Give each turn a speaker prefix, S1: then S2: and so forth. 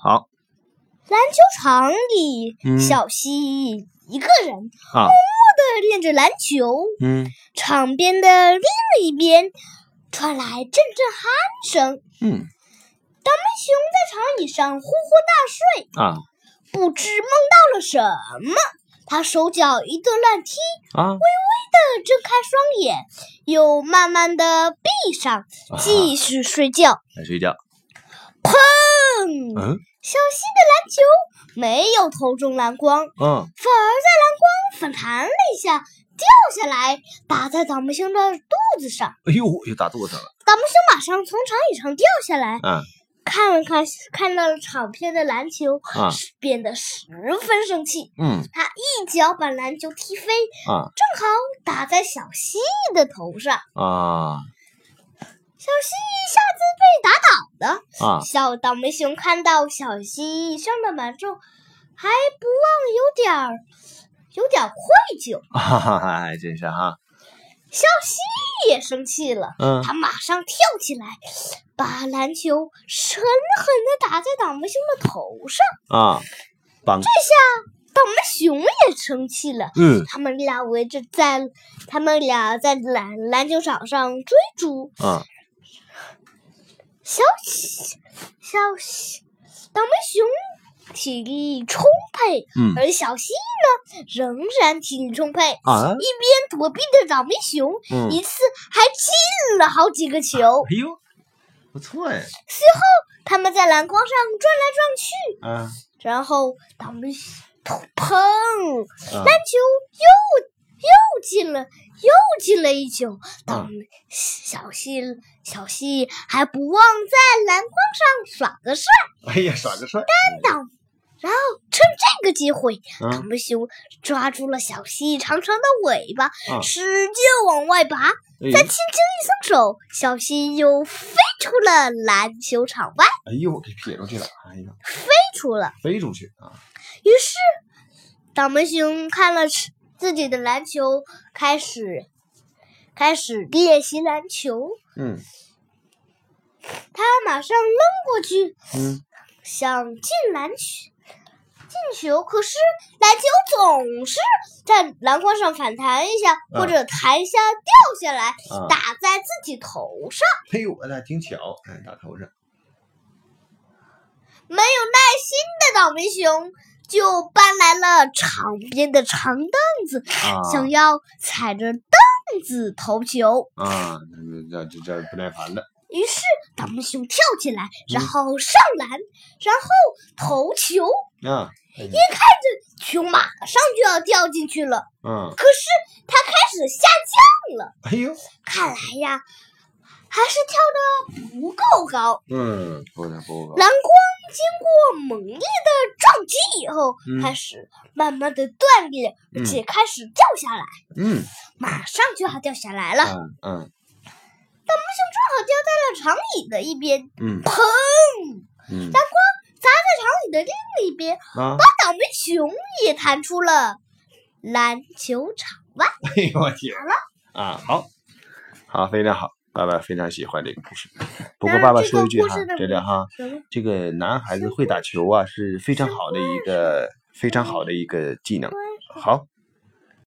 S1: 好
S2: 篮球场里，
S1: 嗯
S2: 小蜥蜴一个人
S1: 啊，
S2: 地练着篮球。
S1: 嗯
S2: 场边的另一边传来阵阵鼾声，
S1: 嗯
S2: 熊在长椅上呼呼大睡，
S1: 啊
S2: 不知梦到了什么。他手脚一顿乱踢，
S1: 啊
S2: 地睁开双眼，又慢慢的闭上，
S1: 啊，
S2: 继续睡觉。
S1: 来睡觉。
S2: 嗯，
S1: 嗯
S2: 小溪的篮球没有投中篮筐，
S1: 嗯
S2: 反而在篮筐反弹了一下，掉下来打在倒霉熊的肚子上。
S1: 哎呦，又打肚子了。
S2: 倒霉熊马上从长椅上掉下来，
S1: 啊
S2: 看了看看到了场边的篮球，
S1: 啊
S2: 变得十分生气。
S1: 嗯
S2: 他一脚把篮球踢飞，
S1: 啊
S2: 正好打在小蜥蜴的头上。
S1: 啊
S2: 小蜥蜴一下子被打倒了。
S1: 啊
S2: 小倒霉熊看到小蜥蜴伤得蛮重，还不忘有点儿有点儿愧疚。
S1: 啊！哈哈哈，还真是哈。
S2: 小蜥蜴也生气了，
S1: 嗯
S2: 它马上跳起来，把篮球狠狠地打在倒霉熊的头上。
S1: 啊，帮
S2: 倒霉熊也生气了，
S1: 嗯
S2: 他们俩围着在，他们俩在篮篮球场上追逐。
S1: 啊
S2: 小喜小喜倒霉熊体力充沛，
S1: 嗯
S2: 而小蜥蜴呢仍然体力充沛，
S1: 啊
S2: 一边躲避着倒霉熊，
S1: 嗯，
S2: 一次还进了好几个球。
S1: 哎呦，不错哎。
S2: 他们在篮筐上转来转
S1: 嗯
S2: 去，然后倒霉突砰，
S1: 啊
S2: 篮球又又进了又进了一球，倒
S1: 啊
S2: 霉小西小西还不忘在篮筐上耍个帅，
S1: 哎呀，耍个帅。
S2: 然后趁这个机会，倒
S1: 嗯
S2: 霉熊抓住了小西长长的尾巴，
S1: 啊，
S2: 使劲往外拔，
S1: 哎
S2: 再轻轻一松手，小西又飞出了篮球场外，
S1: 哎呦，给撇出去了。哎呀，
S2: 飞出了。
S1: 飞出去啊！
S2: 于是，倒霉熊看了吃自己的篮球，开始开始练习篮球。
S1: 嗯
S2: 他马上扔过去，
S1: 嗯
S2: 想进篮球进球，可是篮球总是在篮筐上反弹一下，或者弹一下掉下来，
S1: 啊，
S2: 打在自己头上。
S1: 哎呦，我俩挺巧，哎，打头上。
S2: 没有耐心的倒霉熊就搬来了场边的长凳子，
S1: 啊
S2: 想要踩着凳子投球。
S1: 啊，这这这不耐烦了。
S2: 于是倒霉熊跳起来，
S1: 嗯
S2: 然后上篮，然后投球，
S1: 啊，
S2: 球马上就要掉进去了。
S1: 嗯，
S2: 可是它开始下降了，
S1: 哎呦，
S2: 看来呀，还是跳得不够高。
S1: 嗯，不得不高。
S2: 篮筐经过猛烈的撞击以后，
S1: 嗯
S2: 开始慢慢的断裂，而且开始掉下来，
S1: 嗯
S2: 马上就要掉下来了。正
S1: 嗯嗯
S2: 好掉在了长椅的一边，
S1: 嗯
S2: 砰！
S1: 嗯
S2: 在长椅的另一边，
S1: 啊！
S2: 倒霉熊也弹出了篮球场外。
S1: 哎呦我天！啊，好，好，非常好，爸爸非常喜欢这个故事。不过爸爸说一句哈，真的哈，
S2: 什么？
S1: 这个男孩子会打球啊是非常好的一个非常好的一个技能。好，